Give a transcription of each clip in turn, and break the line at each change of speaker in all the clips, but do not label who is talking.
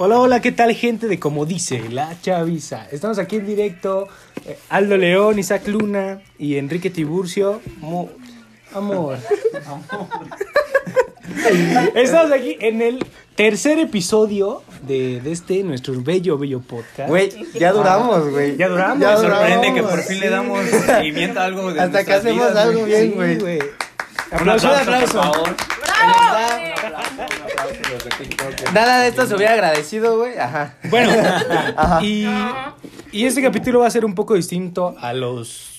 Hola, hola, ¿qué tal gente de Como Dice la Chaviza? Estamos aquí en directo, eh, Aldo León, Isaac Luna y Enrique Tiburcio. Mo- amor. Estamos aquí en el tercer episodio de, de este, nuestro bello, bello podcast.
Güey, ya duramos, güey.
Ah, ya duramos.
Me
Ya
sorprende que
duramos,
por fin le
sí.
damos seguimiento a algo de
Hasta que
nuestras
hacemos
vidas,
algo
güey.
bien, güey.
Un
Aplauso,
aplauso,
un
por
aplauso.
favor.
Nada de esto se hubiera agradecido, güey. Ajá.
Bueno, y, y este capítulo va a ser un poco distinto a los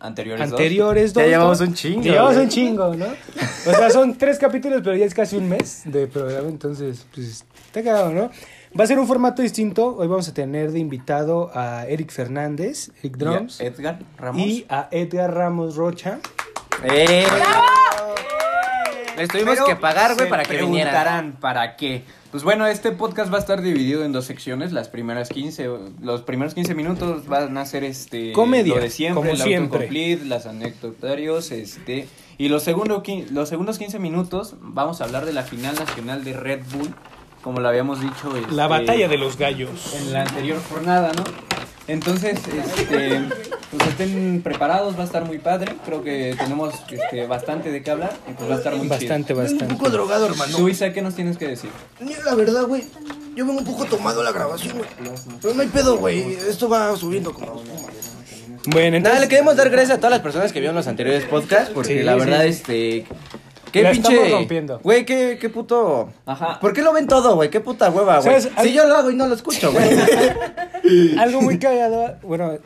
Anteriores dos.
anteriores dos.
Ya llevamos
¿no?
un chingo.
Ya llevamos
güey.
un chingo, ¿no? O sea, son tres capítulos, pero ya es casi un mes de programa, entonces, pues, está cagado, ¿no? Va a ser un formato distinto. Hoy vamos a tener de invitado a Eric Fernández, Eric
Y a
Drums,
Edgar Ramos.
y a Edgar Ramos Rocha.
¡Eh! Les tuvimos
Pero
que pagar, güey,
se
para que vinieran.
preguntarán, ¿para qué? Pues bueno, este podcast va a estar dividido en dos secciones. Las primeras 15, o- los primeros 15 minutos van a ser este.
Comedia,
Lo de siempre,
como
el
siempre.
autocomplete, las anecdotarios, este. Y los, segundo, qui- los segundos 15 minutos vamos a hablar de la final nacional de Red Bull. Como lo habíamos dicho.
La
este,
batalla de los gallos.
en la anterior jornada, ¿no? Entonces, este, pues estén preparados, va a estar muy padre. Creo que tenemos este, bastante de qué hablar y pues va a estar muy
Bastante, bastante.
drogado,
chido. Tú, Isa, ¿qué nos tienes que decir?
La verdad, güey. Yo vengo un poco tomado a la grabación, güey. Pero no hay pedo, güey. Esto va subiendo como espuma.
Bueno,
Nada, le
entonces,
queremos dar gracias a todas las personas que vieron los anteriores podcasts, porque
Sí,
la
sí,
verdad,
sí.
este. Qué
La
pinche.
estamos rompiendo.
Güey, qué, qué puto.
Ajá.
¿Por qué lo ven todo, güey? Qué puta hueva, güey.
¿Sabes?
Si yo lo hago y no lo escucho, güey.
algo muy cagado, bueno,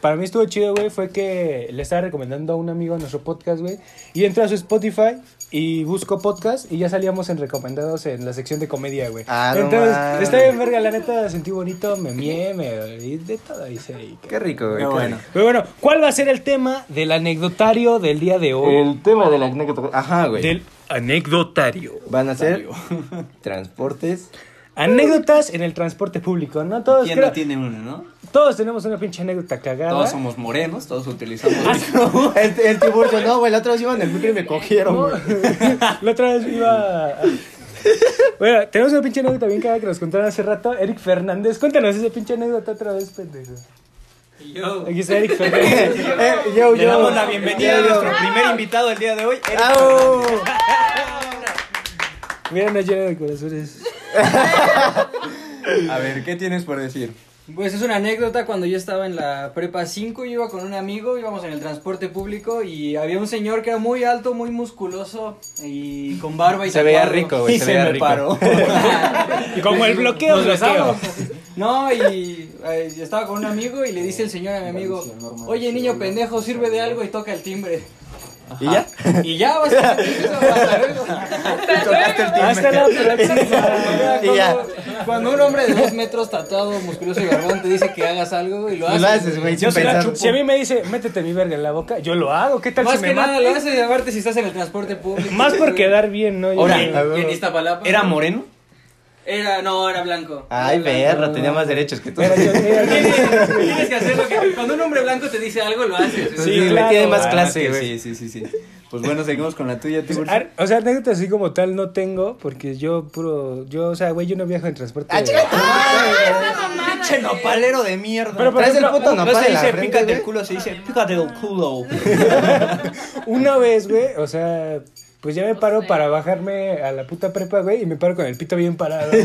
para mí estuvo chido, güey, fue que le estaba recomendando a un amigo nuestro podcast, güey, y entré a su Spotify y busco podcast y ya salíamos en recomendados en la sección de comedia, güey.
Ah, no
Entonces,
mames.
está bien verga, la neta, sentí bonito, me mié, me dolí, de todo hice ahí.
qué rico, güey.
Qué bueno.
Pero bueno, ¿cuál va a ser el tema del anecdotario del día de hoy?
El tema de la anécdota. Ajá, güey.
Del anecdotario.
Van a ser transportes.
Anécdotas en el transporte público, ¿no? Todos,
¿Quién
creo-
no tiene uno, no?
todos tenemos una pinche anécdota cagada.
Todos somos morenos, todos utilizamos.
Ah, El, el Tiburcio, no, güey. La otra vez iban en el micro y me cogieron, güey.
La otra vez iba. a- Bueno, tenemos una pinche anécdota bien cagada que nos contaron hace rato. Eric Fernández, cuéntanos esa pinche anécdota otra vez, pendejo.
Yo.
Aquí está Eric Fernández.
Eh, yo,
Le
yo.
damos la bienvenida a
Yo, yo.
nuestro primer invitado del día de hoy. Eric.
¡Au!
Mira, nos llena de corazones.
A ver, ¿qué tienes por decir?
Pues es una anécdota cuando yo estaba en la prepa 5, yo iba con un amigo, íbamos en el transporte público y había un señor que era muy alto, muy musculoso y con barba y
Se veía
tatuado.
rico, güey.
Y
Se
se
veía
me
rico.
paró.
Y como el bloqueo,
Nos
bloqueo.
besamos. No, y eh, yo estaba con un amigo y le dice el señor a mi amigo, oye niño pendejo, sirve de algo y toca el timbre.
¿Y ya?
Ah,
Y ya, básicamente, eso, hasta luego.
Hasta la próxima.
Y ya.
Cuando, cuando un hombre de dos metros tatuado, musculoso y barbón te dice que hagas algo y lo
Y
haces.
Lo haces, güey,
Yo
sin
si, la
pensar.
chupo. si a mí me dice, métete mi verga en la boca, yo lo hago. ¿Qué tal
Más
si
que
me
nada
mata?
lo haces, aparte si estás en el transporte público.
Más por quedar bien, ¿no? Yo
Ahora,
creo.
a ver.
Y en Iztapalapa.
¿Era moreno?
Era, no, era blanco.
Ay,
Era
perro, tenía más derechos que tú.
Pero yo-
blanco. Tienes que hacer lo que. Cuando un hombre blanco te dice algo, lo haces.
Sí,
Sí, güey,
claro.
tiene más
Ah,
clase,
que
güey.
Sí, sí, sí, sí. Pues bueno, seguimos con la tuya, Tiburcio.
Ah,
Ar- O sea, anécdotas así como tal no tengo, porque yo puro, yo, o sea, güey, yo no viajo en transporte.
Ah, chica, tu madre, güey.
Eh, Pinche nopalero de mierda.
Pero, por
Traes el
ejemplo,
puto
No,
nopal
se
en la
dice
frente,
pícate
güey.
el culo, se dice pícate el culo.
Una vez, güey, o sea, pues ya me paro para bajarme a la puta prepa, güey, y me paro con el pito bien parado. güey.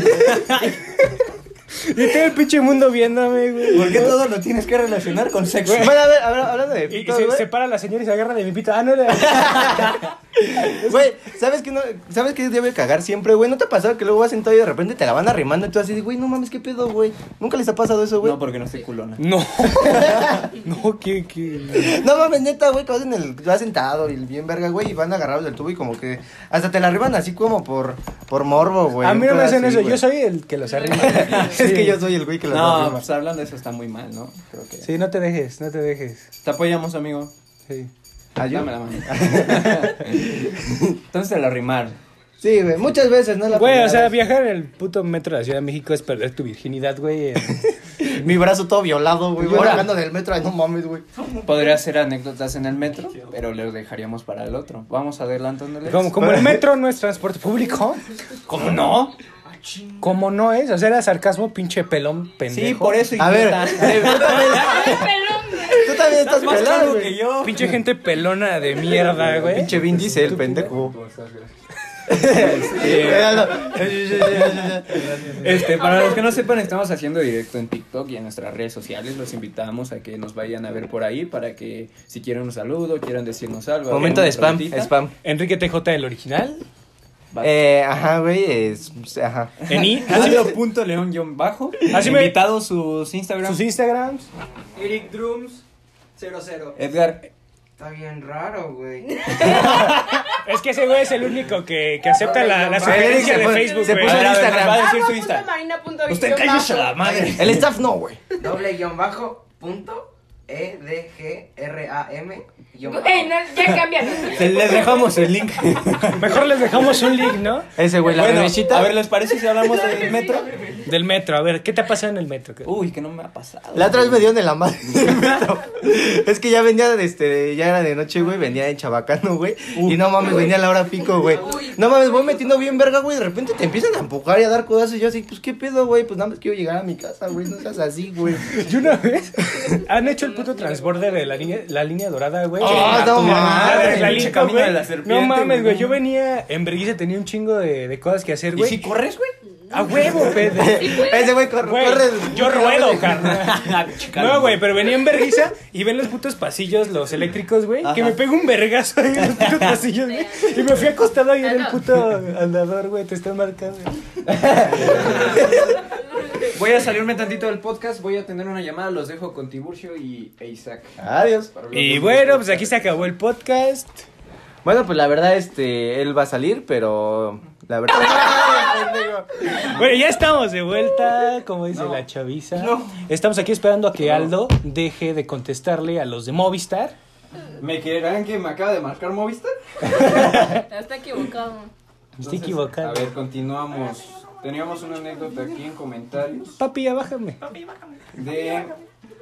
y todo el pinche mundo viéndome, güey.
¿Por qué todo lo tienes que relacionar con sexo?
Bueno, a ver, a ver, hablando de
Y
pito,
se,
güey.
se para la señora y se agarra de mi pito. Ah, no, era-
Güey, ¿sabes que no? ¿Sabes que debe cagar siempre, güey? ¿No te ha pasado que luego vas sentado y de repente te la van arrimando y tú así, de, güey, no mames, qué pedo, güey? ¿Nunca les ha pasado eso, güey?
No, porque no estoy culona.
no. no, qué, qué.
No mames, neta, güey, que vas en el, vas sentado y bien verga, güey, y van agarrados del tubo y como que hasta te la arriban así como por, por morbo, güey.
a mí no
un
me
pedo
hacen
así,
eso,
güey.
yo soy el que los arrima.
Es que yo soy el güey que los
No,
arrima.
pues hablando de eso está muy mal, ¿no? Creo que.
Sí, no te dejes, no te dejes.
Te apoyamos, amigo.
Sí.
Ayú-
Dame la mano. Entonces te lo arrimaron.
Sí, güey, muchas veces, ¿no? La
Güey,
primera
o sea,
vez.
viajar en el puto metro de la Ciudad de México es perder tu virginidad, güey. en-
Mi brazo todo violado, güey. Ahora
Ahora.
hablando del metro, ay, no mames, güey.
Podría ser anécdotas en el metro, pero los dejaríamos para el otro. Vamos adelantándoles.
Como, como el metro no es transporte público,
¿Cómo no?
como no es. O sea, era sarcasmo, pinche pelón pendejo.
Sí, por eso.
A ver,
idiota.
eh, tú también, tú también estás
más
pelado,
calvo que
güey.
yo.
Pinche gente pelona de mierda, güey.
Pinche Vin Diesel, pendejo. Este,
Este, para los que no sepan, estamos haciendo directo en TikTok y en nuestras redes sociales. Los invitamos a que nos vayan a ver por ahí para que si quieren un saludo, quieran decirnos algo.
Momento
alguna
de spam,
preguntita.
spam.
Enrique TJ, el original.
Eh, ajá, güey, es, pues, ajá.
En I-
Ha sido punto león guión bajo.
Así
Así
me-
me invitado sus Instagram.
Sus Instagrams.
Eric Drums 00.
Edgar,
Está bien raro, güey.
Es que ese güey es el único que, que acepta la, la
Se
sugerencia de
puso-
Facebook,
se
güey.
puso
A ver, a ver,
Instagram.
va a
decir
decir-
su
Arroba
Insta.
punto marina punto
usted
guión
cállese
bajo.
la madre.
El staff no, güey.
Doble guión bajo, punto, E, D, G, R, A, M, guión bajo.
Güey, no, ya cámbialo.
Les dejamos el link.
Mejor les dejamos un link, ¿no?
Ese güey, la
Bueno,
bebecita.
a ver, ¿les parece si hablamos del metro?
Del metro. A ver, ¿qué te ha pasado en el metro?
Uy, que no me ha pasado.
La otra vez me dieron en la madre del metro. Es que ya venía, este, ya era de noche, güey, venía de Chabacano, güey. Y no mames, venía a la hora pico, güey. No mames, voy metiendo bien verga, güey. De repente te empiezan a empujar y a dar codazos. Y yo así, pues qué pedo, güey. Pues nada más quiero llegar a mi casa, güey. No seas así, güey.
Y una vez han hecho el puto transborder de la línea, la línea dorada, güey.
Ah, no
Tu mamá, güey,
mames,
la
pinche
línea,
camino
güey.
de la serpiente,
No mames,
güey,
güey.
no
Yo
mames.
venía en Berguisa, tenía un chingo de, de cosas que hacer,
¿Y si
güey.
corres, güey?
A huevo, Pedro.
Ese güey corre,
Güey,
corre.
yo ruedo, carnal.
Chica,
No, güey, pero venía en vergüenza y ven los putos pasillos, los eléctricos, güey. Que me pego un vergazo ahí en los putos pasillos, güey. Y me fui acostado ahí en el puto andador, güey. Te están marcando.
Voy a salirme tantito del podcast, voy a tener una llamada, los dejo con Tiburcio y e Isaac.
Adiós.
Para hablar
Y
con-
bueno, pues aquí se acabó el podcast.
Bueno, pues la verdad, este, él va a salir, pero. La verdad.
Bueno, ya estamos de vuelta, como dice la chaviza. Estamos aquí esperando a que Aldo deje de contestarle a los de Movistar.
¿Me creerán que me acaba de marcar Movistar?
Está equivocado.
Estoy
Entonces,
equivocado.
A ver, continuamos. Teníamos una anécdota aquí en comentarios
Papi, ya bájame.
de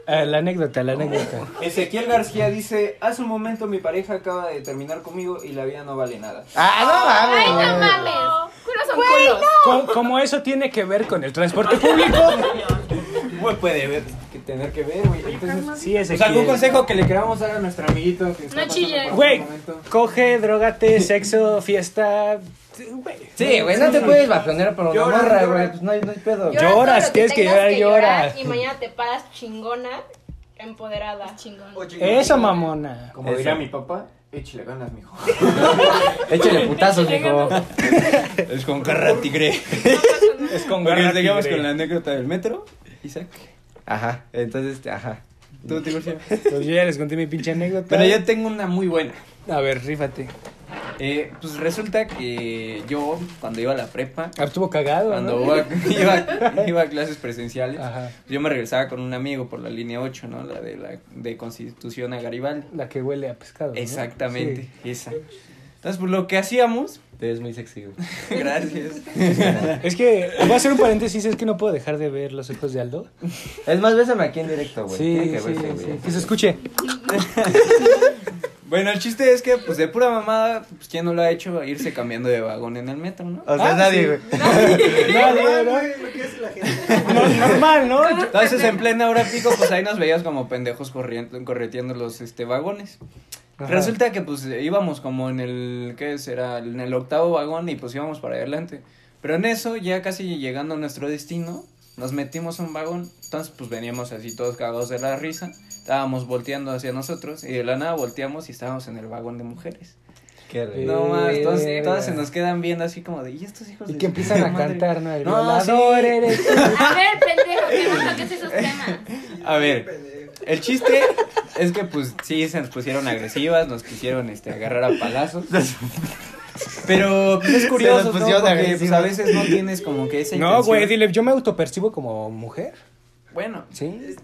Ah, la anécdota, la anécdota.
Ezequiel García dice, hace un momento mi pareja acaba de terminar conmigo y la vida no vale nada.
Ah,
Ay,
no mames.
no mames. Culos son culos.
Co- Como eso tiene que ver con el transporte público.
¿Cómo puede ver? Que tener que ver, güey. Entonces,
Sí, ese
pues, algún consejo que le queramos dar a nuestro amiguito que
No
está pasando
chillen.
por
Güey,
un momento?
coge, drogate, sexo, fiesta. Güey.
Sí, güey, no te puedes bajonear por una
Llora,
morra,
llora.
güey. Pues no hay, no hay pedo.
Llora. Lloras,
todo lo
tienes que
tengas
llorar, llora.
Y mañana te paras chingona, empoderada. Chingona.
Eso, mamona.
Como diría mi papá, échale ganas, mijo.
Échale putazos, mijo.
Es con carra tigre.
Es con
Ok,
garra
sigamos
tigre.
con la anécdota del metro. Isaac,
Ajá, entonces, este, ajá.
tú, Tiburcio.
Pues yo ya les conté mi pinche anécdota.
Pero yo tengo una muy buena.
A ver, rífate.
Eh, pues resulta que yo, cuando iba a la prepa,
Ah, Estuvo cagado,
cuando
¿no?
iba, iba- iba a clases presenciales,
Ajá.
yo me regresaba con un amigo por la línea 8, ¿no? La de, la, de Constitución a Garibaldi.
La que huele a pescado. ¿no?
Exactamente,
Sí.
esa. Entonces, pues lo que hacíamos,
Te ves muy sexy, güey.
gracias.
Es que voy a hacer un paréntesis, es que no puedo dejar de ver los ojos de Aldo.
Es más, bésame aquí en directo, güey. Ah, Tiene
sí,
que
sí,
verse,
sí,
güey.
Que se escuche.
Bueno, el chiste es que, pues de pura mamada, pues quién no lo ha hecho irse cambiando de vagón en el metro, ¿no?
O sea,
Ah,
nadie,
sí.
güey.
No, no, no. No, Normal, ¿no?
Entonces, en plena hora pico, pues ahí nos veías como pendejos corriendo, correteando los este, vagones.
Ajá.
Resulta que, pues, íbamos como en el, ¿qué será? En el octavo vagón y pues íbamos para adelante. Pero en eso, ya casi llegando a nuestro destino, nos metimos a un vagón. Entonces, pues, veníamos así todos cagados de la risa. Estábamos volteando hacia nosotros y de la nada volteamos y estábamos en el vagón de mujeres.
Qué rico.
No más, todas,
Verga.
todas se nos quedan viendo así como de, ¿y estos hijos
Y
de
que
su
empiezan a
madre?"
cantar, ¿no? El
No,
violador
sí.
eres tú.
A ver, pendejo, ¿qué onda que es esos temas?
A ver, el chiste es que pues sí se nos pusieron agresivas, nos quisieron este agarrar a palazos. Pero pues, es
Se
curioso,
nos
¿no?
pusieron
Porque pues,
agresivas.
a veces no tienes como que esa
No,
intención.
güey, dile, yo me autopercibo como mujer.
Bueno,
¿Sí?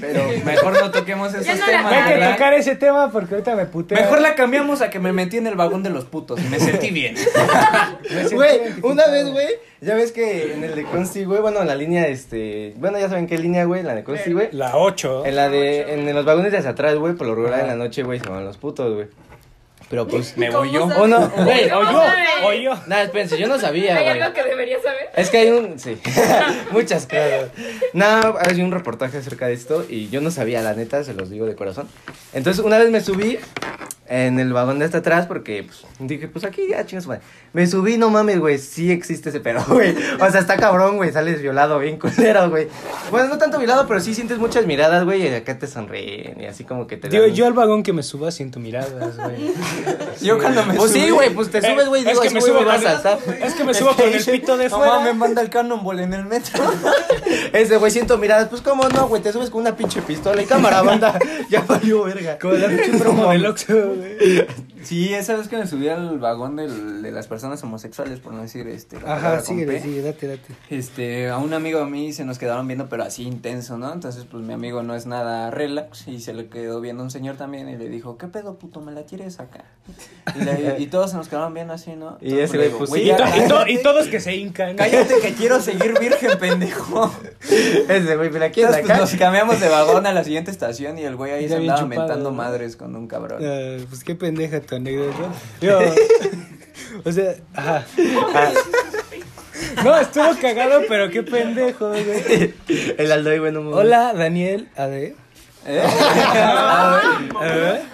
pero mejor no toquemos esos
Ya no la
temas.
No hay que
¿verdad?
tocar ese tema porque ahorita me putea.
Ah, Mejor la cambiamos a que me metí en el vagón de los putos y me sentí bien.
Me siento
Güey,
identificado.
una vez, güey, ya ves que en el de Consti, güey, bueno, en la línea, este, bueno, ya saben qué línea, güey, la de Consti, güey.
La 8.
En la de, en, en los vagones de hacia atrás, güey, por lo regular en la noche, güey, se van los putos, güey. Pero pues,
Me voy yo.
o no, güey,
O yo, o yo.
nada, espérense, yo no sabía,
Hay
güey.
algo que debería saber.
Es que hay un. Sí, muchas cosas. Nada, hay un reportaje acerca de esto y yo no sabía, la neta, se los digo de corazón. Entonces, una vez me subí en el vagón de hasta atrás porque pues, dije, pues aquí ya chingas, madre. Me subí, no mames, güey, sí existe ese pedo, güey. O sea, está cabrón, güey, sales violado, bien culero, güey. Bueno, no tanto violado, pero sí sientes muchas miradas, güey, y acá te sonríen y así como que te.
Digo,
dan-
yo al vagón que me suba siento miradas, güey.
Yo cuando me
Pues sí,
subí-
güey, pues te
Eh,
subes, güey,
es
digo,
que
"Ese
me
güey
subo
me va a
con el-
saltar.
Es que me subo con el pito de fuera.
No me manda el cannonball en el metro.
Ese güey siento miradas, pues cómo no, güey, te subes con una pinche pistola y cámara, banda. ya valió verga.
Como la pinche promo del Oxxo, güey.
Sí, esa vez que me subí al vagón del- de las personas homosexuales, por no decir este. la
Ajá,
palabra con
sigue,
P.
sigue, date, date.
Este, a un amigo a mí se nos quedaron viendo, pero así intenso, ¿no? Entonces, pues mi amigo no es nada relax y se le quedó viendo un señor también y le dijo, ¿qué pedo, puto? ¿Me la quieres acá? Y, le- y todos se nos quedaron viendo así, ¿no?
Y ese güey, pues, sí,
Y,
ya
to- y to-
cállate,
y todos que se hincan.
cállate que quiero seguir virgen, pendejo.
Ese güey, mira, aquí es la
Entonces, pues, nos
calle.
cambiamos de vagón a la siguiente estación y el güey ahí
Ya
se
bien
andaba
chupado,
mentando
¿no?
madres con un cabrón.
Ah, pues qué pendeja tu anécdota. Yo, o sea, ajá. No, estuvo cagado, pero qué pendejo, güey.
El Aldoy, güey, no mames.
Hola, Daniel AD.
¿Eh?
¿Eh?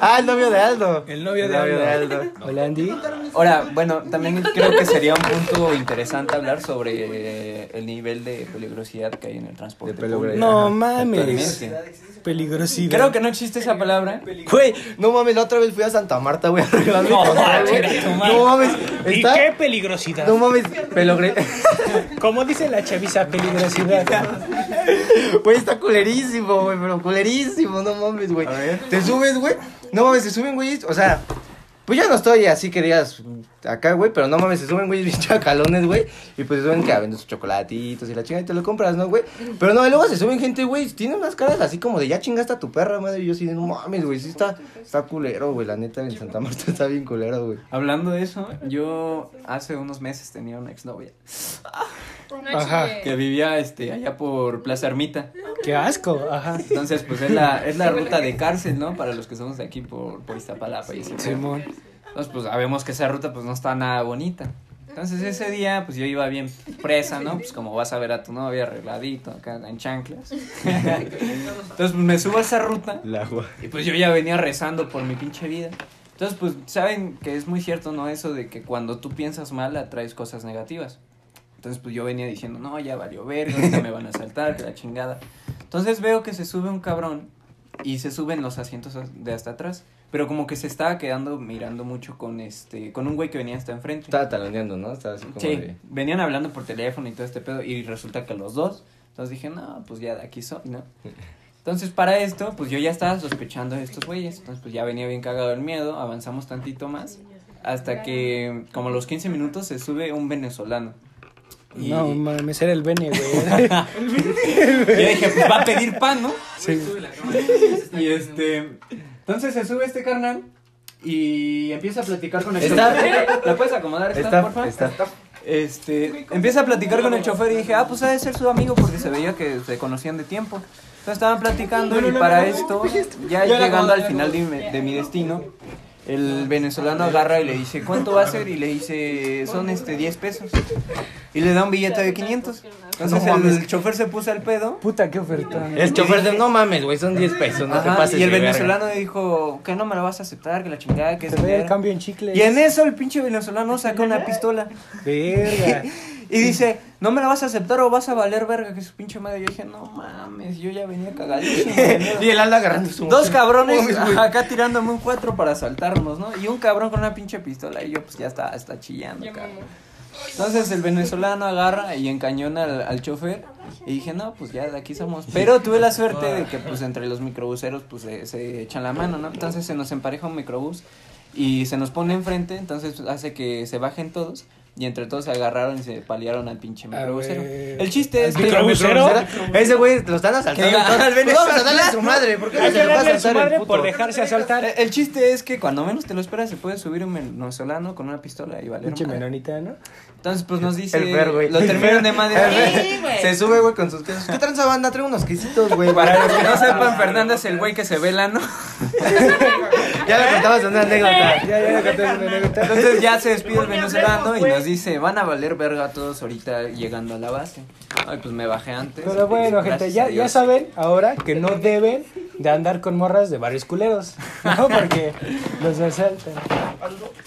Ah, el novio de Aldo.
El novio
El
de Aldo.
Aldo.
Hola, Andy.
Ahora, bueno, también creo que sería un punto interesante hablar sobre eh, el nivel de peligrosidad que hay en el transporte.
De peligrosidad.
público.
No mames.
Actualmente.
Peligrosidad.
Creo que no existe esa palabra.
Güey, no mames, la otra vez fui a Santa Marta, güey, a arreglar mi
No,
coche, güey.
chinga tu madre.
No mames,
¿Y
está.
qué peligrosidad?
No mames, pelogre.
Como dice la chaviza, peligrosidad.
Güey, está culerísimo, güey, pero culerísimo, no mames, güey. Te subes, güey. No mames, se suben, güey. O sea, pues yo no estoy así que digas mm, acá, güey, pero no mames, se suben, güey, bien chacalones, güey. Y pues se suben que venden sus chocolatitos y la chingada y te lo compras, ¿no, güey? Pero no, y luego se suben gente, güey, tiene unas caras así como de ya chingaste a tu perra, madre. Y yo así de no mames, güey, sí está, está culero, güey. La neta, en Santa Marta está bien culero, güey.
Hablando de eso, yo hace unos meses tenía una exnovia
Ajá.
que vivía este allá por Plaza Ermita.
Qué asco, ajá.
Entonces, pues es la, es la ruta de cárcel, ¿no? Para los que somos de aquí por, por Iztapalapa y ese pedo.
Simón.
Entonces, pues sabemos que esa ruta pues no está nada bonita. Entonces ese día, pues yo iba bien presa, ¿no? Pues como vas a ver a tu novia arregladito acá en chanclas. Entonces pues, me subo a esa ruta
El agua.
y pues yo ya venía rezando por mi pinche vida. Entonces pues saben que es muy cierto, ¿no? Eso de que cuando tú piensas mal atraes cosas negativas. Entonces pues yo venía diciendo, no, ya valió verga, ahorita me van a saltar, que la chingada. Entonces veo que se sube un cabrón y se suben los asientos as- de hasta atrás. Pero como que se estaba quedando mirando mucho con este, con un güey que venía hasta enfrente.
Estaba taloneando, ¿no? Estaba así como
Sí,
de.
venían hablando por teléfono y todo este pedo y resulta que los dos. Entonces dije, no, pues ya de aquí soy, ¿no? Entonces para esto, pues yo ya estaba sospechando de estos güeyes. Entonces pues ya venía bien cagado el miedo, avanzamos tantito más. Hasta que como a los 15 minutos se sube un venezolano. Y
No mames, era el Bene, güey.
yo dije, pues va a pedir pan, ¿no?
Sí.
Y este. Entonces se sube este carnal y empieza a platicar con el
Está-
chofer. ¿La puedes acomodar, esta,
Está,
porfa?
está.
Este, empieza a platicar con el chofer y dije, ah, pues ha de ser su amigo porque se veía que se conocían de tiempo. Entonces estaban platicando y para esto, ya llegando al final de mi, de mi destino, el venezolano agarra y le dice, ¿cuánto va a ser? Y le dice, son este 10 pesos. Y le da un billete de 500. Entonces el chofer se puso al pedo
Puta, qué ofertón.
El chofer de no mames, güey, son 10 pesos, no te
Ajá,
pases.
y el
de verga".
venezolano dijo, que no me lo vas a aceptar, que la chingada, que
Se
es
ve el
dinero".
cambio en chicle.
Y en eso el pinche venezolano saca una pistola
Verga.
y dice, no me la vas a aceptar o vas a valer verga, que su pinche madre. Yo dije, no mames, yo ya venía cagadísimo. de miedo".
Y el Aldo agarrando su
Dos cabrones
Mames, güey.
acá tirándome un cuatro para asaltarnos, ¿no? Y un cabrón con una pinche pistola y yo pues ya está, está chillando,
Ya me
cabrón.
muero.
Entonces el venezolano agarra y encañona al, al chofer y dije, no, pues ya de aquí somos. Pero tuve la suerte de que pues entre los microbuseros pues se, se echan la mano, ¿no? Entonces se nos empareja un microbús y se nos pone enfrente, entonces hace que se bajen todos. Y entre todos se agarraron y se paliaron al pinche microbusero.
ver.
El chiste es
¿Al
que.
microbusero?
Ese güey lo están asaltando. todos.
Que-
Pues vamos a darle a su madre. ¿Por qué no
Hay
se
que
lo va a
darle a su
asaltar el
madre
puto?
por dejarse asaltar.
Eh, El chiste es que cuando menos te lo esperas se puede subir un venezolano con una pistola y valer.
Pinche
madre.
menonita, ¿no?
Entonces pues nos dice,
El ver, güey.
lo terminaron de
El
madre.
ver.
Sí, güey.
Se sube, güey, con sus quesos. ¿Qué tranza banda? Trae unos quesitos, güey.
Para los que no sepan, Fernanda es el güey que se ve el ano.
Ya le contabas una anécdota.
Ya, ya, ya conté una anécdota.
Entonces ya se despide el
Porque
venezolano
hablemos,
y
güey.
nos dice, van a valer verga todos ahorita llegando a la base. Ay, pues me bajé antes.
Pero bueno,
Gracias
gente,
a
ya,
Dios.
ya saben ahora que no deben de andar con morras de barrios culeros, ¿no? Porque los asaltan.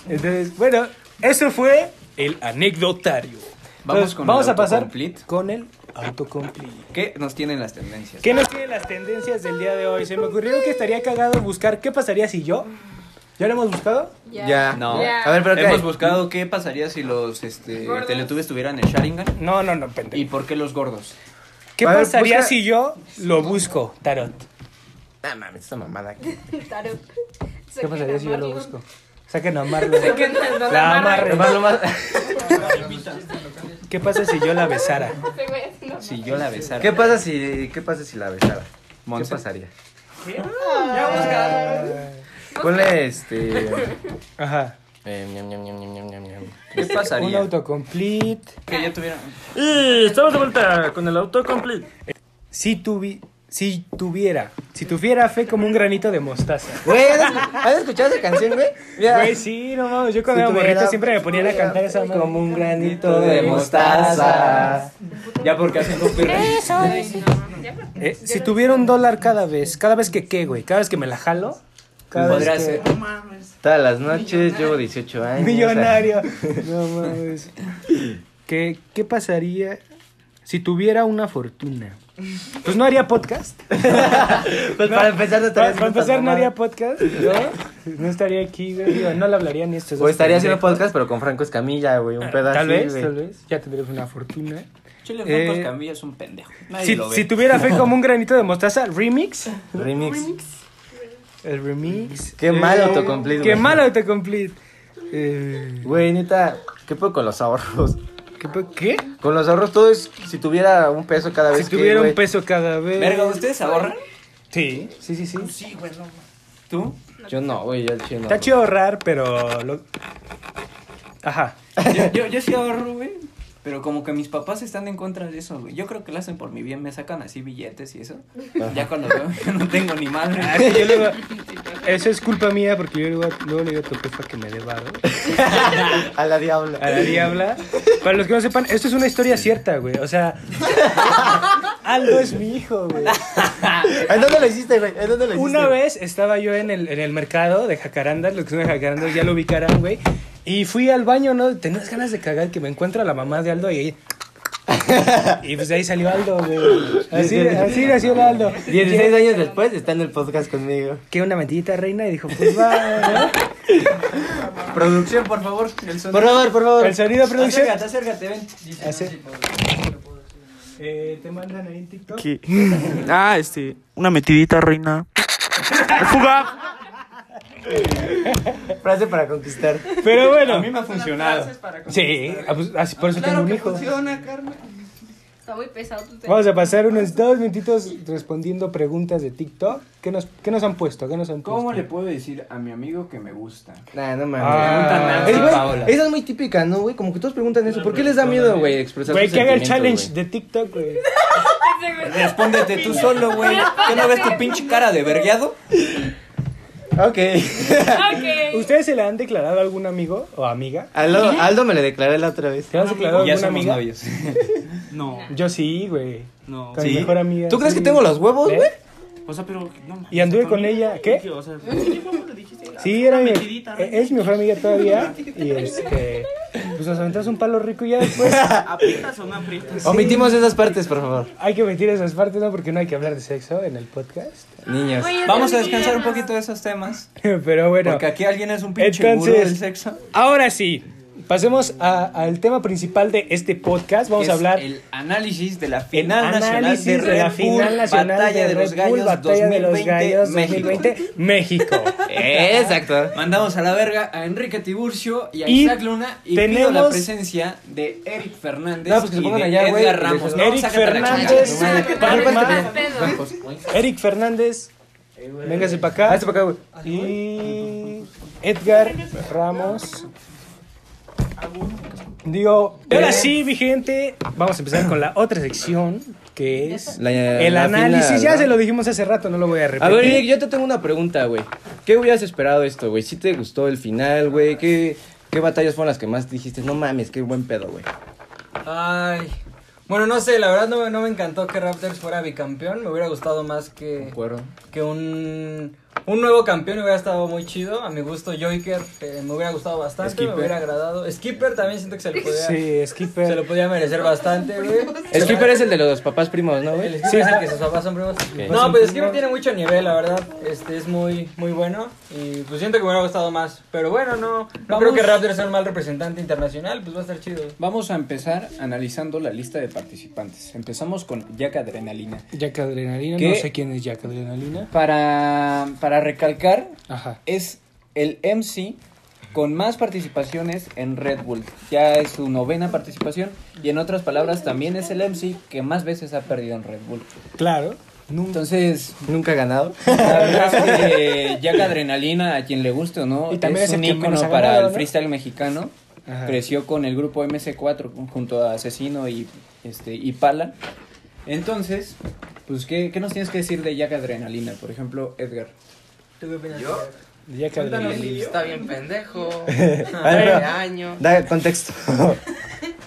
Entonces, bueno, eso fue el anecdotario.
Vamos con
vamos
el
a pasar
autocomplete.
con el autocomplete.
¿Qué nos tienen las tendencias?
¿Qué nos tienen las tendencias del día de hoy? Se me ocurrió que estaría cagado buscar qué pasaría si yo. ¿Ya lo hemos buscado?
Ya.
No.
Ya.
A ver, pero ¿qué?
Hemos
hay?
buscado qué pasaría si los este,
Gordos.
teletubbies tuvieran el Sharingan
No, no, no,
y
pendejo.
por qué los gordos.
¿Qué
A ver,
pasaría
busca-
si yo lo busco, Tarot?
Ah, mames, esta mamada. aquí.
Tarot.
¿Qué pasaría si yo lo
Marlon.
busco? Saquen a Marlon.
Que no- no
La amarre.
amarren.
Nomás, nomás.
¿Qué pasa si yo la besara?
Se ve, no.
Si yo la besara.
¿Qué pasa si, qué pasa si la besara? ¿Qué
Monse.
pasaría?
Ya buscaron.
Ponle este.
Ajá.
eh, ñam, ñam, ñam, ñam, ñam, ñam, ñam.
¿Qué
Un
pasaría?
autocomplete.
Que ya tuvieran...
Eh,
Y estamos de vuelta con el autocomplete.
Si tuvi... Si tuviera, si tuviera fe como un granito de mostaza.
Güey, ¿has has escuchado esa canción, güey? Mira.
Güey, sí, no mames, yo cuando
Si
era
tuviera-
morrito siempre me ponían a cantar esa madre.
Como un granito de mostaza.
Ya porque hacen copyright.
Eh, si tuviera un dólar cada vez, cada vez que qué, güey, cada vez que me la jalo, cada vez
Podría
que-
ser.
Todas las noches llevo 18 años.
Millonario. No mames. ¿Qué, ¿Qué pasaría si tuviera una fortuna? Pues no haría podcast.
Pues para empezar, no
Para,
estarías
para
haciendo
empezar,
estas
no haría
mamadas.
podcast. Yo no estaría aquí, güey. Digo, no le hablaría ni a estos.
O
dos
estaría haciendo
pendejos.
podcast, pero con Franco Escamilla, güey. Un pedazo.
Tal vez, tal vez. Ya tendrías una fortuna.
Chile
Eh,
Franco Escamilla es un pendejo. Nadie
Si,
lo ve.
si tuviera fe como un granito de mostaza, remix.
Remix.
El remix. Eh,
Qué mal autocomplete,
Qué
güey.
mal autocomplete. Eh,
Güey, neta, ¿qué puedo con los ahorros?
¿qué, pe- ¿Qué?
Con los ahorros todo es si tuviera un peso cada vez
Si tuviera
que,
un peso cada vez.
Verga, ¿ustedes ahorran?
Sí, sí, sí, sí.
¿Tú?
peso. Yo no, güey, yo al chino.
Está chido ahorrar, pero. lo- Ajá.
Yo, yo, yo sí ahorro, güey. Pero como que mis papás están en contra de eso, güey. Yo creo que lo hacen por mi bien. Me sacan así billetes y eso. Ya cuando veo que no tengo ni madre.
Ah, es que yo luego- Eso es culpa mía porque yo luego, luego le digo a tu jefa que me dé varo,
A la diabla.
a la diabla. Para los que no sepan, esto es una historia cierta, güey. O sea, Aldo es mi hijo, güey.
¿En dónde lo hiciste, güey? ¿En dónde lo hiciste?
Una vez estaba yo en el, en el mercado de jacarandas, los que son de jacarandas ya lo ubicarán, güey. Y fui al baño, ¿no? Tenías ganas de cagar que me encuentra la mamá de Aldo y ahí. Y pues de ahí salió Aldo, güey. Así, así nació Aldo.
16 años después está en el podcast conmigo.
Que una mentidita reina y dijo, pues va, ¿no?
Producción, por favor. El
Por favor, por favor.
El sonido producción.
Acércate, acércate, ven.
Hace- Eh, te mandan ahí en TikTok.
Ah, este. Una metidita, reina. ¡Fuga!
Frase para conquistar.
Pero
A
bueno.
mí me ha funcionado.
Sí, ah, pues, así, por eso tengo un hijo.
Está muy pesado tu
Vamos a pasar unos dos minutitos respondiendo preguntas de TikTok. ¿Qué nos, qué nos han puesto? ¿Qué nos han
¿Cómo
puesto?
le puedo decir a mi amigo que me gusta?
Nah, no
Ah.
mames.
Preguntan a
Es, güey,
Paola.
esa es muy típica, ¿no, güey? Como que todos preguntan eso. ¿Por qué les da miedo, güey, expresar
Güey,
sus
que haga el
sentimientos,
challenge de TikTok, güey.
Respóndete tú solo, güey. ¿Qué no ves tu pinche cara de vergueado?
güey? Ok.
Ok.
¿Ustedes se la han declarado a algún amigo o amiga?
Aldo, Aldo me le declaré la otra vez.
¿Se la han declarado a
Ya
alguna
somos
amiga?
novios.
No,
Yo sí, güey.
no.
Con
¿Sí?
mi mejor amiga.
¿Tú crees
sí.
que tengo los huevos,
¿Eh?
güey?
O sea, pero. No, mames,
Y anduve con
mí-
ella, ¿qué?
O sea, ¿qué huevos le dijiste?
Sí, era mi,
metidita,
eh, es mi mejor amiga todavía. Y este. Pues nos aventamos un palo rico y ya después.
¿Aprietas o no aprietas?
Omitimos esas partes, por favor.
Hay que meter esas partes, ¿no? Porque no hay que hablar de sexo en el podcast.
Niños.
Vamos a descansar un poquito de esos temas.
Pero bueno.
Porque aquí alguien es un pinche
Entonces-
gurú del sexo.
Ahora sí, pasemos a- al tema principal de este podcast. Vamos
que
a
es
hablar
El análisis de la
el
final nacional
análisis
de Red
la
Bull,
final nacional
batalla de,
Red
los
Bull,
gallos,
batalla de los
2020,
gallos
México.
2020 México.
Exacto.
Mandamos a la verga a Enrique Tiburcio y a
Y
Isaac Luna y pido la
tenemos-
presencia de Eric Fernández
No, pues que se
y
pongan
de
allá, güey.
Edgar Ramos. No,
Eric
sácate la
Fernández,
chingada, tu madre.
Palma,
pedo.
Eric Fernández, véngase para acá. para acá, Y Edgar Ramos. Digo, ahora sí, mi gente, vamos a empezar con la otra sección que es
La-
el
la
análisis.
final,
ya
¿no?
se lo dijimos hace rato, no lo voy a
A
repetir.
ver, Nick, yo te tengo una pregunta, güey. ¿Qué hubieras esperado esto, güey? ¿Sí te gustó el final, güey? ¿Qué, ¿Qué batallas fueron las que más dijiste? No mames, qué buen pedo, güey.
Ay. Bueno, no sé, la verdad no, me- no me encantó que Raptors fuera bicampeón. Me hubiera gustado más que, que un, un nuevo campeón. Hubiera estado muy chido. A mi gusto, Joker eh, me hubiera gustado bastante. Me hubiera agradado. Skipper también siento que se le podía,
Sí,
se
Skipper.
lo podía merecer bastante, güey.
El Skipper es el de los papás primos, ¿no,
El
güey?
Skipper es el que sus papás son primos. No, pues Skipper tiene mucho nivel, la verdad. Este es muy, muy bueno. Y pues siento que me hubiera gustado más. Pero bueno, no, no creo
Vamos.
que Raptors sea un mal representante internacional. Pues va a estar chido.
Vamos a empezar analizando la lista de participantes. Empezamos con Jack Adrenalina.
Jack Adrenalina,
¿Qué?
no sé quién es Jack Adrenalina.
Para, para recalcar,
Ajá.
es el MC con más participaciones en Red Bull. Ya es su novena participación y en otras palabras también es el MC que más veces ha perdido en Red Bull.
Claro.
Entonces,
Nunca he ganado.
la verdad es que Jack Adrenalina, a quien le guste o no,
Y también
es,
es el
un
que menos
ícono
ha
para
ganado,
el
¿no?
freestyle mexicano.
Ajá.
Creció con el grupo MC4 junto a Asesino y, este, y Pala. Entonces, pues, ¿qué, qué nos tienes que decir de Jack Adrenalina? Por ejemplo, Edgar.
¿Tú qué opinas?
¿Yo?
Jack Adrenalina.
Está bien pendejo.
pero-
Nueve años.
Da contexto.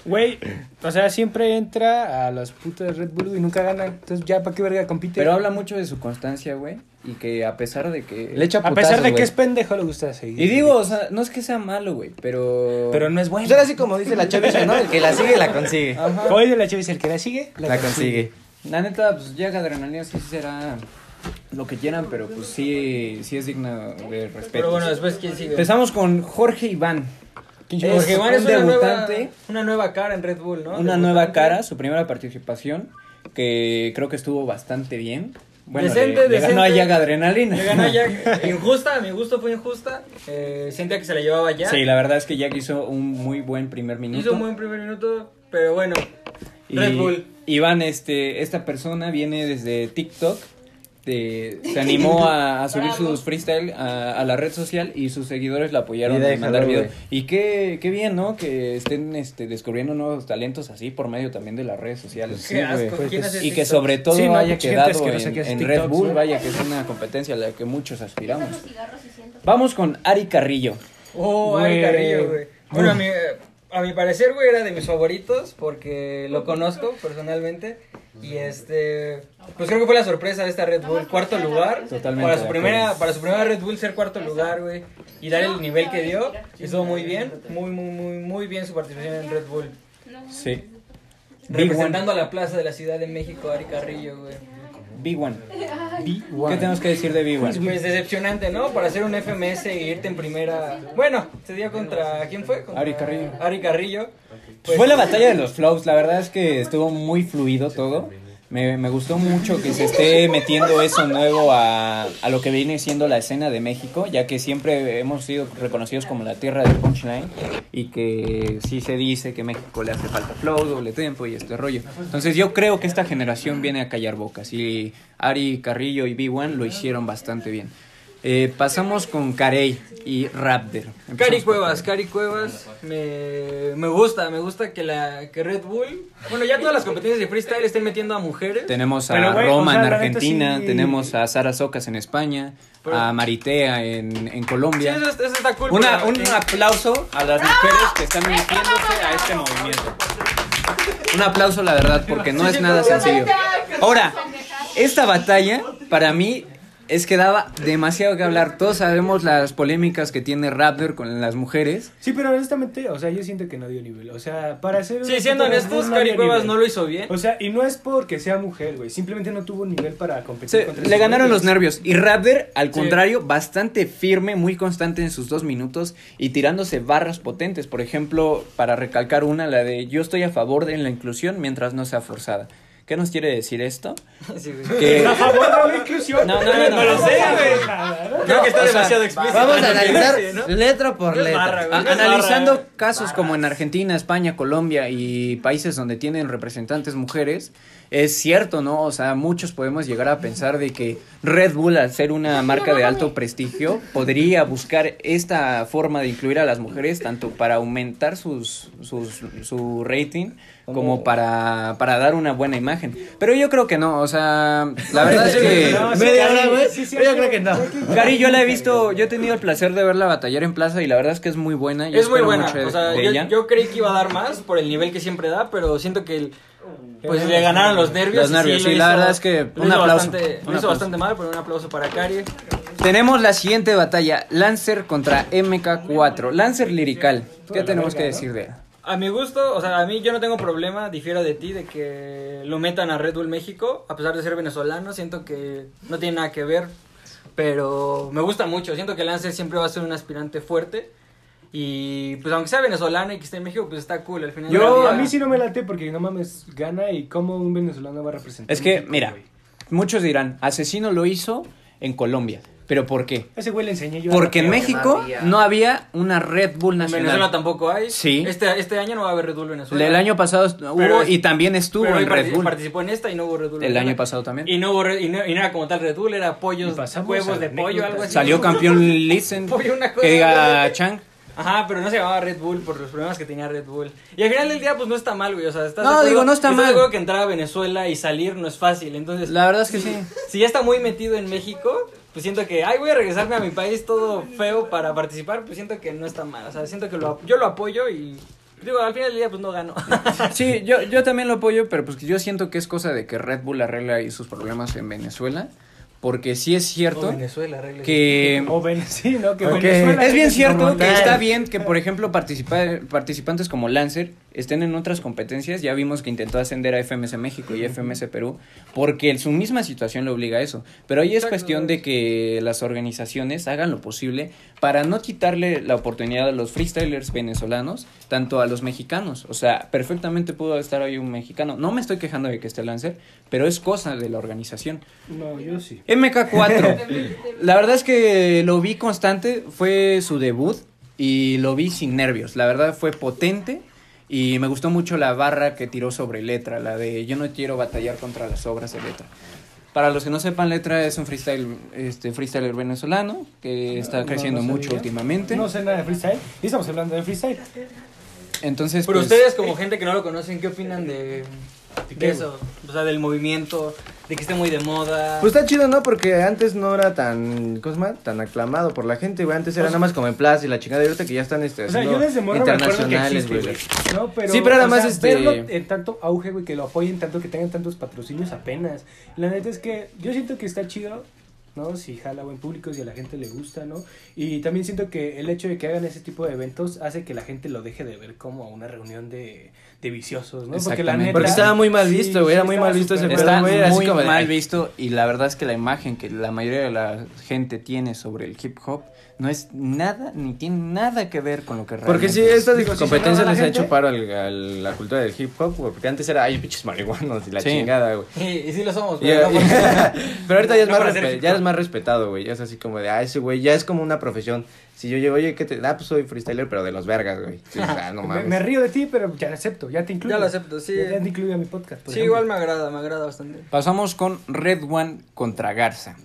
Güey, o sea, siempre entra a las putas de Red Bull y nunca gana. Entonces, ya, ¿para qué verga compite?
Pero habla mucho de su constancia, güey. Y que a pesar de que.
Le echa
a
putazos,
pesar de que
güey.
es pendejo, le gusta seguir.
Y digo, o sea, no es que sea malo, güey, pero.
pero no es
Pues
bueno.
era así como dice la chaviza, ¿no? El que la sigue, la consigue.
Como dice la Chavis, el que la sigue,
La consigue.
La neta, pues Jack Adrenalina sí será lo que quieran, pero pues sí, sí es digna de respeto.
Pero bueno, después quién sigue.
Empezamos con Jorge Iván.
Pinche
Jorge
Jorge
Iván
Vane.
es
un
una nueva,
debutante.
una nueva cara en Red Bull, ¿no?
Una
Debutante.
nueva cara, su primera participación, que creo que estuvo bastante bien. Bueno,
Decente,
le, le ganó a
decente.
Jack Adrenalina.
Le ganó a Jack. Eh, Injusta, a mi gusto fue injusta. Eh, sentía que se la llevaba ya.
Sí, la verdad es que Jack hizo un muy buen primer minuto.
Hizo un buen primer minuto, pero bueno.
Y
Red Bull.
Iván, este, esta persona viene desde TikTok. de- se animó a, a subir
Bravo.
sus freestyle a, a la red social y sus seguidores la apoyaron
Y
de
déjalo,
mandar videos.
güey.
Y qué, qué bien, ¿no? Que estén este, descubriendo nuevos talentos así por medio también de las redes sociales.
Qué asco. ¿Quién hace
Y que
TikTok?
sobre todo
Sí, no,
haya
mucha gente
quedado
es que no sé
en,
qué hace
en
TikToks,
Red Bull,
¿no?
vaya que es una competencia a la que muchos aspiramos. Vamos con Ari Carrillo.
Oh,
Güey.
Ari Carrillo, güey. Bueno, a mi, a mi parecer, güey, era de mis favoritos porque lo conozco personalmente. Y este. Pues creo que fue la sorpresa de esta Red Bull. Cuarto lugar.
Totalmente
Para
de
su,
acuerdo.
primera, para su primera Red Bull ser cuarto lugar, güey. Y dar el nivel que dio. Estuvo muy bien. Muy, muy, muy, muy bien su participación en Red Bull.
Sí. Big One.
Representando a la plaza de la Ciudad de México, Ari Carrillo, güey.
Big One. ¿Qué tenemos que decir de Big One?
Es muy Pues, decepcionante, ¿no? Para hacer un FMS e irte en primera. Bueno, se dio contra. ¿Quién fue? Contra
Ari Carrillo.
Ari Carrillo.
Pues fue la batalla de los flows, la verdad es que estuvo muy fluido todo. Me, me gustó mucho que se esté metiendo eso nuevo a, a lo que viene siendo la escena de México, ya que siempre hemos sido reconocidos como la tierra del punchline y que sí se dice que México le hace falta flow, doble tempo y este rollo. Entonces yo creo que esta generación viene a callar bocas y Ari Carrillo y B1 lo hicieron bastante bien. Eh, pasamos con Carey y Raptor.
Cari Cuevas, Cari Cuevas, me, me gusta, me gusta que la que Red Bull, bueno ya todas las competencias de freestyle estén metiendo a mujeres.
Tenemos a
Pero, güey,
Roma
o sea,
en
la neta
Argentina,
sí-
tenemos a Sara Socas en España,
Pero-
a Maritea en, en
Sí,
Colombia.
eso, eso está cool.
Una-
pero-
un aplauso a las mujeres que están metiéndose a este movimiento. Un aplauso, la verdad, porque no es nada sencillo. Ahora, esta batalla para mí es que daba demasiado que hablar. Todos sabemos las polémicas que tiene Raptor con las mujeres.
Sí, pero honestamente, o sea, yo siento que no dio nivel. O sea, para ser.
Sí, siendo honestos, Cari Cuevas no lo hizo bien.
O sea, y no es porque sea mujer, güey. Simplemente no tuvo nivel para competir.
Se-
contra
le
esos
ganaron los
güeyes.
nervios. Y Raptor, al contrario, bastante firme, muy constante en sus dos minutos y tirándose barras potentes. Por ejemplo, para recalcar una, la de yo estoy a favor de la inclusión mientras no sea forzada. ¿Qué nos quiere decir esto?
Sí, güey.
Que...
A favor de la inclusión.
No, no, no, no.
lo sé, güey. Creo que está
o sea,
demasiado explícito.
Vamos a
¿no?
analizar
Sí, ¿no?
letra por
Es barra,
letra.
A-
güey. Es barra.
analizando casos como en Argentina, España, Colombia y países donde tienen representantes mujeres, es cierto, ¿no? O sea, muchos podemos llegar a pensar de que Red Bull, al ser una marca de alto prestigio, podría buscar esta forma de incluir a las mujeres, tanto para aumentar sus, sus- su rating como para, para dar una buena imagen. Pero yo creo que no, o sea, la verdad es que...
No, sí,
Media
Cari,
hora, güey.
sí, sí,
Yo
hay
creo
que-
que no.
Cari, yo la he visto, yo he tenido el placer de verla batallar en plaza y la verdad es que es muy buena. yo
Es muy
espero
buena.
mucho de-
O sea,
de
yo,
ella.
yo creí que iba a dar más por el nivel que siempre da, pero siento que el- pues le ganaron los nervios.
Los
y
nervios,
lo
sí, la verdad es que
lo
un
hizo
aplauso,
bastante-
un
lo hizo
aplauso.
bastante mal, pero un aplauso para Cari.
Tenemos la siguiente batalla, Lancer contra MK4, Lancer lirical. ¿Qué tenemos que decir de él?
A mi gusto, o sea, a mí yo no tengo problema, difiero de ti, de que lo metan a Red Bull México, a pesar de ser venezolano, siento que no tiene nada que ver, pero me gusta mucho, siento que Lance siempre va a ser un aspirante fuerte, y pues aunque sea venezolano y que esté en México, pues está cool, al final del
Yo,
día-
a mí sí no me late porque no mames, gana y cómo un venezolano va a representar.
Es que,
México,
mira,
güey?
muchos dirán, Asesino lo hizo en Colombia, pero ¿por qué?
Ese güey le enseñé yo. a
Porque en
rapear.
México no había una Red Bull
En Venezuela
nacional.
tampoco hay,
Sí.
este, este año no va a haber Red Bull Venezuela.
El año pasado hubo
Pero-
y también estuvo
Pero
en
él
Red
partic-
Bull.
participó en esta y no hubo Red Bull
El
Venezuela.
año pasado también.
Y no, hubo Red- y no- y no era como tal Red Bull, era pollos,
Y pasamos
huevos
a
de pollo, algo
anécdotas.
así.
Salió campeón Listen.
Oye, una cosa-
Que diga Chang.
Ajá, pero no se llamaba Red Bull por los problemas que tenía Red Bull. Y al final del día, pues no está mal, güey. O sea, estás
No,
de acuerdo-
digo, no está
estás de
mal.
acuerdo que entrar a Venezuela y salir no es fácil. Entonces,
La verdad es que sí.
si ya está muy metido en México, pues siento que, ay, voy a regresarme a mi país todo feo para participar. Pues siento que no está mal. O sea, siento que lo, yo lo apoyo y. Digo, al final del día, pues no gano.
Sí, yo, yo también lo apoyo, pero pues yo siento que es cosa de que Red Bull arregle ahí sus problemas en Venezuela. Porque sí es cierto
Oh, Venezuela, regla.
que...
O Ven- sí, ¿no? Que
Eh, Ok.
Venezuela-
Es bien cierto
Como
que
tal.
está bien que, por ejemplo, participa- participantes como Lancer estén en otras competencias. Ya vimos que intentó ascender a FMS México y FMS Perú, porque su misma situación le obliga a eso. Pero ahí es
Exacto.
cuestión de que las organizaciones hagan lo posible para no quitarle la oportunidad a los freestylers venezolanos, tanto a los mexicanos. O sea, perfectamente pudo estar ahí un mexicano. No me estoy quejando de que esté Lancer, pero es cosa de la organización.
No, yo sí.
MK4. la verdad es que lo vi constante, fue su debut y lo vi sin nervios. La verdad fue potente y me gustó mucho la barra que tiró sobre letra, la de yo no quiero batallar contra las obras de letra. Para los que no sepan, Letra es un freestyle, este, freestyler venezolano que está
No,
creciendo
no
mucho
sabía.
últimamente.
No sé nada de freestyle. Y estamos hablando de freestyle.
Entonces,
Pero
pues,
ustedes, como gente que no lo conocen, ¿qué opinan de, de eso? O sea, del movimiento, de que esté muy de moda.
Pues está chido, ¿no? Porque antes no era tan, ¿cómo se llama? Tan aclamado por la gente, güey. Antes era nada más como en plaza y la chingada. Y ahorita que ya están este,
O sea, yo
haciendo
desde morro me acuerdo que
internacionales,
existe,
güey.
güey. No, pero,
Sí, pero era
o
más,
sea,
este-
verlo en tanto auge, güey, que lo apoyen tanto, que tengan tantos patrocinios apenas. La neta es que yo siento que está chido, ¿no? Si jala buen público, si a la gente le gusta, ¿no? Y también siento que el hecho de que hagan ese tipo de eventos hace que la gente lo deje de ver como una reunión de, de viciosos, ¿no? Porque la
Exactamente.
neta...
Porque estaba muy mal
Sí,
visto,
sí,
güey. Era muy
estaba
mal visto ese
súper-
pedo,
Está
güey. Era así
muy
como de,
mal
ay,
visto y la verdad es que la imagen que la mayoría de la gente tiene sobre el hip hop no es nada, ni tiene nada que ver con lo que realmente
Porque sí,
es.
estas
Digo, si se
Pues competencias
traba la
les ha
gente-
hecho paro al- a la cultura del hip hop, güey. Porque antes era, ay, pinches marihuanos y la
Sí.
chingada, güey.
Sí, y sí lo somos,
Y- y-
pero no por-
pero ahorita ya es,
No
más
para ser
respe-
hip
ya
hop.
es más respetado, güey. Ya es así como de, ah, ese güey ya es como una profesión. Si yo llego, oye, ¿qué te.? Ah, pues soy freestyler, pero de los vergas, güey. Sí, ah, no
Me,
mames.
me río de ti, pero ya lo acepto, ya te incluyo.
Ya lo acepto, sí.
Ya, ya te incluyo a mi podcast. por
Sí,
ejemplo.
igual me agrada, me agrada bastante.
Pasamos con Red One contra Garza.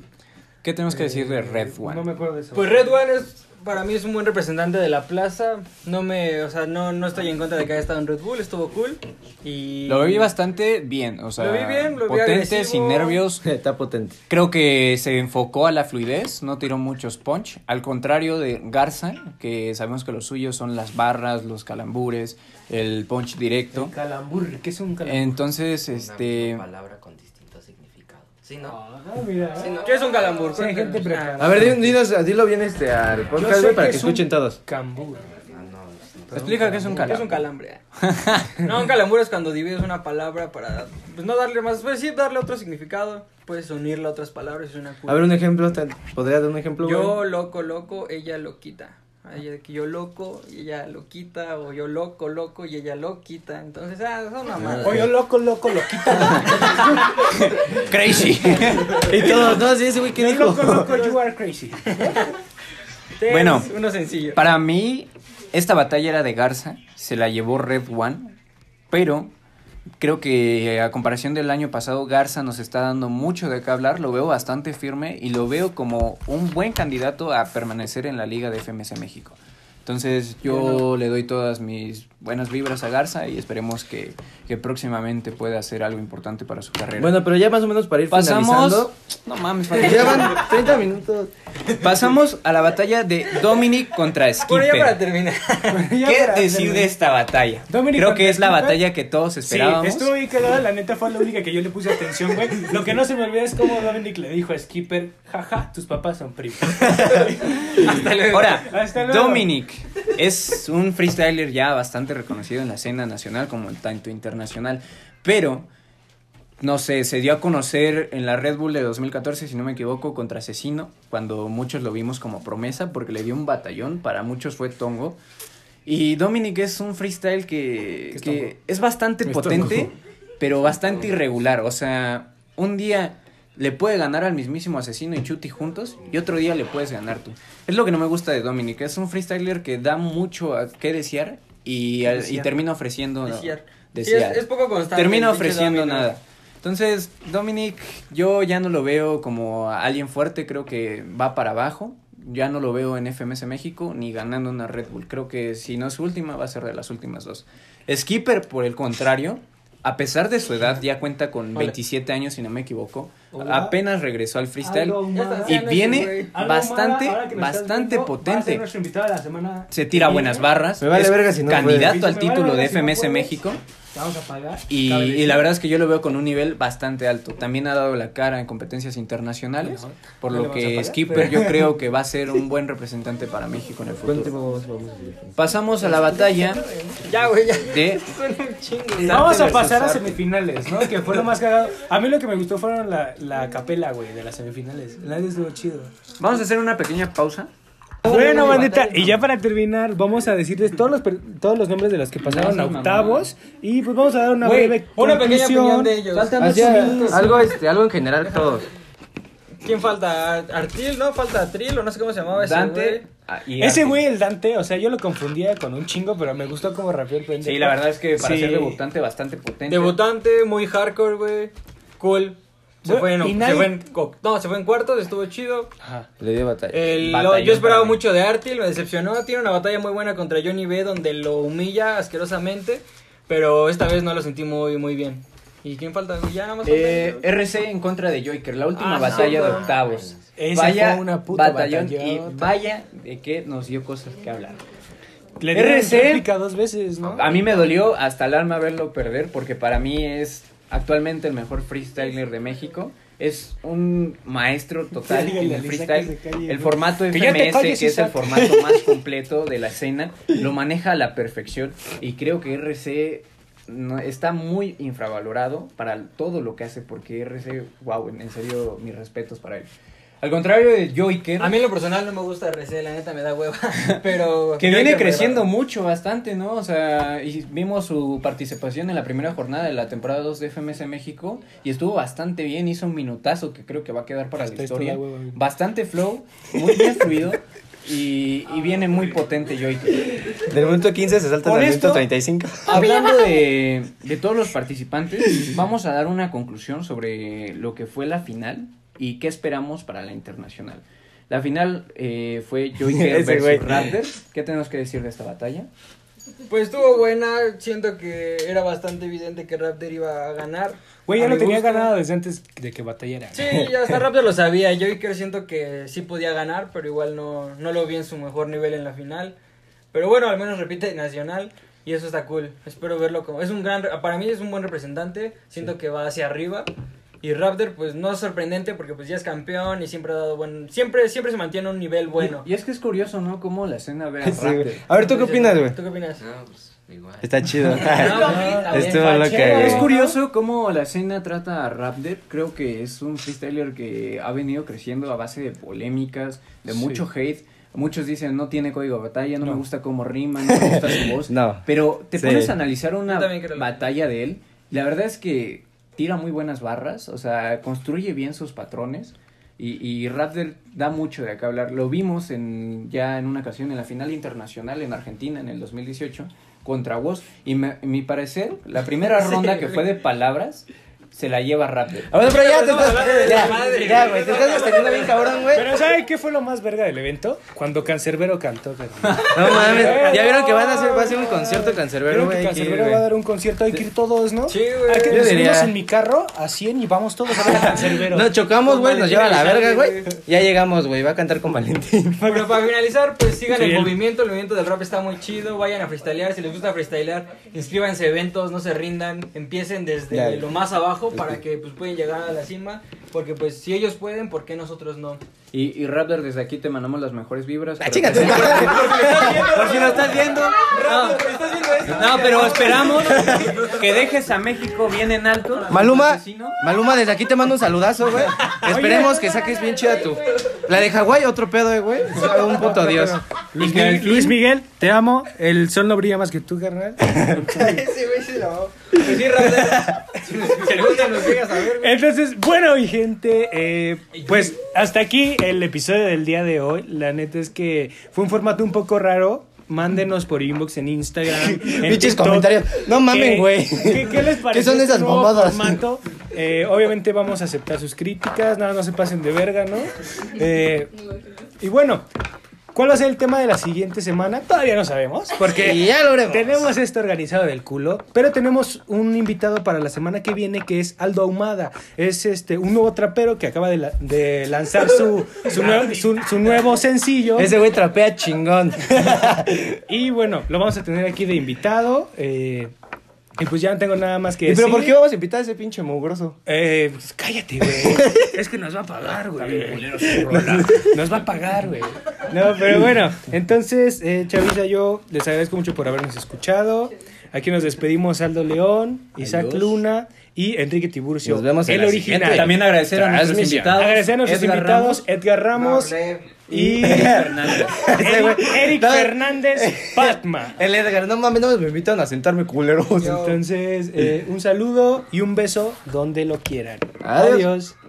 ¿Qué tenemos que decir de Red One?
Eh, No me acuerdo de eso.
Pues Red One es, para mí es un buen representante de la plaza. No me, o sea, no, no estoy en contra de que haya estado en Red Bull, estuvo cool. Y...
Lo vi bastante bien, o sea,
Lo vi bien, lo vi
potente,
agresivo.
sin nervios.
Está potente.
Creo que se enfocó a la fluidez, no tiró muchos punch. Al contrario de Garza, que sabemos que los suyos son las barras, los calambures, el punch directo.
Calambur, ¿qué es un calambur?
Entonces, este.
Una misma palabra con distinto significado.
Sí, ¿no?
Ah, mira.
Sí, ¿no? ¿Qué es un calambur?
Sí, hay gente
Cuéntanos. Ah,
preparada.
A ver, di- dinos, dilo bien este al
Yo
podcast,
sé
güey, para
que
que
es un-
escuchen todos.
Cambur.
Ah,
Explica qué es un
¿Qué es
calambre.
un calambre? eh. No, un calambre es cuando divides una palabra para pues no darle más, pues sí darle otro significado, puedes unirla a otras palabras, es una
A ver, un ejemplo, ¿te- ¿podría dar un ejemplo, güey?
Yo loco, loco, ella loquita. Ay, de que yo loco y ella loquita, o yo loco, loco y ella loquita. Entonces, ah, son mamadas.
Oye, loco, loco, loquita.
Crazy. y todos, no, sí, ese güey, ¿qué dijo?
Loco, loco, you are crazy.
Es
Bueno.
uno sencillo.
Para mí, esta batalla era de Garza, se la llevó Red One, pero creo que eh, a comparación del año pasado, Garza nos está dando mucho de qué hablar, lo veo bastante firme y lo veo como un buen candidato a permanecer en la liga de FMS México. Entonces yo le doy todas mis buenas vibras a Garza y esperemos que, que próximamente pueda hacer algo importante para su carrera.
Bueno, pero ya más o menos para ir
pasamos...
finalizando.
No mames,
Ya van 30 minutos.
pasamos a la batalla de Dominic contra Skipper.
Bueno, ya para terminar.
¿Qué decir de esta batalla?
Dominic
Creo que es la
Contra-Skipper.
batalla que todos
Sí,
esperábamos.
estuvo bien cagada, la neta fue la única que yo le puse atención, güey. Lo que no se me olvida es cómo Dominic le dijo a Skipper, jaja, tus papás son primos.
Ahora,
Hasta luego.
Dominic es un freestyler ya bastante reconocido en la escena nacional como en tanto internacional, pero no sé, se dio a conocer en la Red Bull de 2014, si no me equivoco, contra Asesino, cuando muchos lo vimos como promesa porque le dio un batallón, para muchos fue Tongo. Y Dominic es un freestyle que, que es bastante potente, pero bastante irregular. O sea, un día le puede ganar al mismísimo asesino y Chuti juntos, y otro día le puedes ganar tú. Es lo que no me gusta de Dominic, es un freestyler que da mucho a qué desear y, al- y termina ofreciendo...
Desear. Sí,
desear.
es, es poco constante.
Termina
el pinche
ofreciendo
Domino.
nada. Entonces, Dominic, yo ya no lo veo como a alguien fuerte, creo que va para abajo. Ya no lo veo en FMS México ni ganando una Red Bull. Creo que si no es su última, va a ser de las últimas dos. Skipper, por el contrario, a pesar de su edad, ya cuenta con 27 años, si no me equivoco.
Hola.
apenas regresó al freestyle.
Algo
Ya está,
más.
sí,
Y
no es
viene-
un güey.
Algo
bastante,
más, ahora que nos estás
bastante
viendo, va a ser
potente.
nuestro invitado de la semana.
Se tira buenas barras.
Me vale
es
verga si no puede.
candidato al
Me vale
título
verga
de
si no
FMS
puede.
México.
Te Vamos a pagar.
Y, y la verdad es que yo lo veo con un nivel bastante alto. También ha dado la cara en competencias internacionales, por
No
lo
le vamos a
que
pagar,
Skipper yo creo que va a ser un buen representante para México en el futuro. Pasamos a la batalla
Ya, güey, ya.
de...
Suena un chingo.
Vamos a
versus
pasar a
arte.
semifinales, ¿no? Que fue lo más cagado. A mí lo que me gustó fueron la, la capela, güey, de las semifinales. La neta estuvo chido.
Vamos a hacer una pequeña pausa.
Bueno, bandita, y ya para terminar, vamos a decirles todos los, per- todos los nombres de los que pasaron a
Gracias, mamá.
octavos. Y pues vamos a dar una
Güey,
breve
una pequeña
conclusión.
opinión de ellos.
Así, algo, este, algo en general todos.
¿Quién falta? Ar- Artil, ¿no? Falta Atril, o no sé cómo se llamaba ese
Dante
güey.
ah, y
Ese
Arti.
güey, el Dante, o sea, yo lo confundía con un chingo, pero me gustó como rapeó el pendejo.
Sí, la verdad es que para
Sí.
ser debutante bastante potente.
Debutante, muy hardcore, güey. Cool. Se,
Güey,
fue en,
y
se
nadie-
fue en co- no, se fue en cuartos, estuvo chido.
Ajá.
Le dio batalla.
El-
Batallón
lo- yo esperaba
para mí.
mucho de Artil, me decepcionó. Tiene una batalla muy buena contra Johnny B donde lo humilla asquerosamente, pero esta vez no lo sentí muy, muy bien. ¿Y quién falta? güey? Ya nada más.
Eh,
falta-
RC en contra de Joker, la última
Ah, sí,
batalla de
cabrón.
octavos.
Esa fue una puta
y
batallota.
vaya de que nos dio cosas que hablar.
Le dieron
RC.
réplica dos veces, ¿no?
A mí me dolió hasta el alma verlo perder porque para mí es actualmente el mejor freestyler de México. Es un maestro total
Dígale
en
a
el
Lisa que
freestyle.
se calle,
El
güey.
formato
Que ya te
FMS,
calles,
que es el
Isaac.
formato más completo de la escena, lo maneja a la perfección y creo que RC no- está muy infravalorado para todo lo que hace porque RC, wow, en, en serio, mis respetos para él. Al contrario de Joker,
A mí en lo personal no me gusta RC, la neta me da hueva, pero...
Que
Yo
viene
creo
creciendo
va.
mucho, bastante, ¿no? O sea, y vimos su participación en la primera jornada de la temporada 2 de FMS México y estuvo bastante bien, hizo un minutazo que creo que va a quedar para la
Hasta esto
historia.
da hueva, güey.
Bastante flow, muy bien fluido y, y viene muy potente Joy.
Del minuto 15 se salta
Con
al
esto-
minuto 35.
Hablando de, de todos los participantes, vamos a dar una conclusión sobre lo que fue la final y qué esperamos para la internacional. La final eh, fue Joyker
Ese güey.
versus Raptors. ¿Qué tenemos que decir de esta batalla?
Pues estuvo buena, siento que era bastante evidente que Raptor iba a ganar.
Güey, ya
A
lo
mi
tenía
gusto.
ganado desde antes de que batallara.
Sí, ya hasta Raptor lo sabía, yo Iker siento que sí podía ganar, pero igual no, no lo vi en su mejor nivel en la final. Pero bueno, al menos repite nacional y eso está cool, espero verlo como... Es un gran, re- para mí es un buen representante, siento que va hacia arriba Y Raptor, pues no es sorprendente porque pues ya es campeón y siempre ha dado buen. Siempre, siempre se mantiene a un nivel bueno.
Y es que es curioso, ¿no? Cómo la escena ve a
Sí, güey.
Raptor.
A ver, ¿tú qué opinas, güey?
¿Tú qué opinas?
No, pues igual.
Está chido.
No,
Estuvo loca,
Es
güey.
curioso cómo la escena trata a Raptor. Creo que es un freestyler que ha venido creciendo a base de polémicas, de mucho hate. Muchos dicen, no tiene código de batalla, no, me gusta cómo rima, no me gusta su voz.
No.
Pero te
Sí.
pones a analizar una
Yo también creo lo mismo.
Ah, batalla de él. La verdad es que tira muy buenas barras, o sea, construye bien sus patrones. Y, y Raptor da mucho de acá hablar. Lo vimos en, ya en una ocasión en la final internacional en Argentina en el 2018 contra Woz. Y me- mi parecer, la primera ronda que fue de palabras se la lleva Raptor.
A ver, pero ya te estás.
hablando de la
Ya,
madre,
ya, güey.
güey.
Te estás destacando bien, cabrón, güey.
Pero ¿saben qué fue lo más verga del evento? Cuando Cancerbero cantó. carnal.
No mames. Ya vieron que van a hacer, va a hacer un concierto cancerbero,
Creo
güey.
que
aquí,
Cancerbero
güey.
va a dar un concierto, hay que ir todos, ¿no?
Sí, güey.
Hay que
Yo
subirnos
diría-
en mi carro a 100 y vamos todos a ver a Cancerbero.
Nos chocamos, güey. Nos lleva a la verga,
Valentín,
güey. Ya llegamos, güey. Va a cantar con Valentín.
Bueno, para finalizar, pues sigan
Sí,
el
el-
movimiento, el movimiento del rap está muy chido, vayan a freestylear, si les gusta freestylear, inscríbanse a eventos, no se rindan, empiecen desde
Ya.
lo más abajo para que pues pueden llegar a la cima, porque pues si ellos pueden, ¿por qué nosotros no?
Y, y Raptor, desde aquí te mandamos las mejores vibras.
Ah,
La chica,
Pero-
tú.
Por si lo estás viendo, no, estás viendo esto.
No, pero esperamos que dejes a México bien en alto.
Maluma,
Asesino.
Maluma, desde aquí te mando un saludazo, güey. Esperemos que saques bien chida tu. La de Hawái, otro pedo, eh, güey. Un puto dios.
Luis, Miguel, Luis Miguel, te amo. El sol no brilla más que tú, carnal.
Pues sí, Raptor, si nos- si les gusta nos sigas a ver.
Entonces, bueno, y gente, eh, pues hasta aquí el episodio del día de hoy. La neta es que fue un formato un poco raro. Mándenos por inbox en Instagram. en
Pinches
TikTok.
comentarios. No mamen,
¿Qué-
güey.
¿Qué, qué les parece?
¿Qué son
este
esas
nuevo
mamadas?
formato? Eh, obviamente vamos a aceptar sus críticas. Nada, no se pasen de verga, ¿no? Eh, y bueno, ¿cuál va a ser el tema de la siguiente semana? Todavía no sabemos. Porque
Y ya lo veremos.
tenemos esto organizado del culo, pero tenemos un invitado para la semana que viene que es Aldo Ahumada. Es este un nuevo trapero que acaba de, la- de lanzar su, su, nue- su- su nuevo sencillo.
Ese güey trapea chingón.
Y bueno, lo vamos a tener aquí de invitado. eh, y pues ya no tengo nada más que
¿Y
decir.
pero por qué vamos a invitar a ese pinche mugroso?
Eh, pues, cállate, güey. Es que nos va a pagar, güey. Nos va a pagar, güey. No, pero bueno. Entonces, eh, Chavita, yo les agradezco mucho por habernos escuchado. Aquí nos despedimos Aldo León, Isaac
Adiós.
Luna y Enrique Tiburcio.
Nos vemos en
el
la
original.
siguiente.
También agradecer a nuestros
Transmisión.
invitados.
Agradecer a nuestros
Edgar
invitados, Edgar Ramos y Eric
Fernández.
Eric
No.
Fernández Patma.
El Edgar, no mames, no me invitan a sentarme culeros.
Entonces, eh, un saludo y un beso donde lo quieran.
Adiós.
Adiós.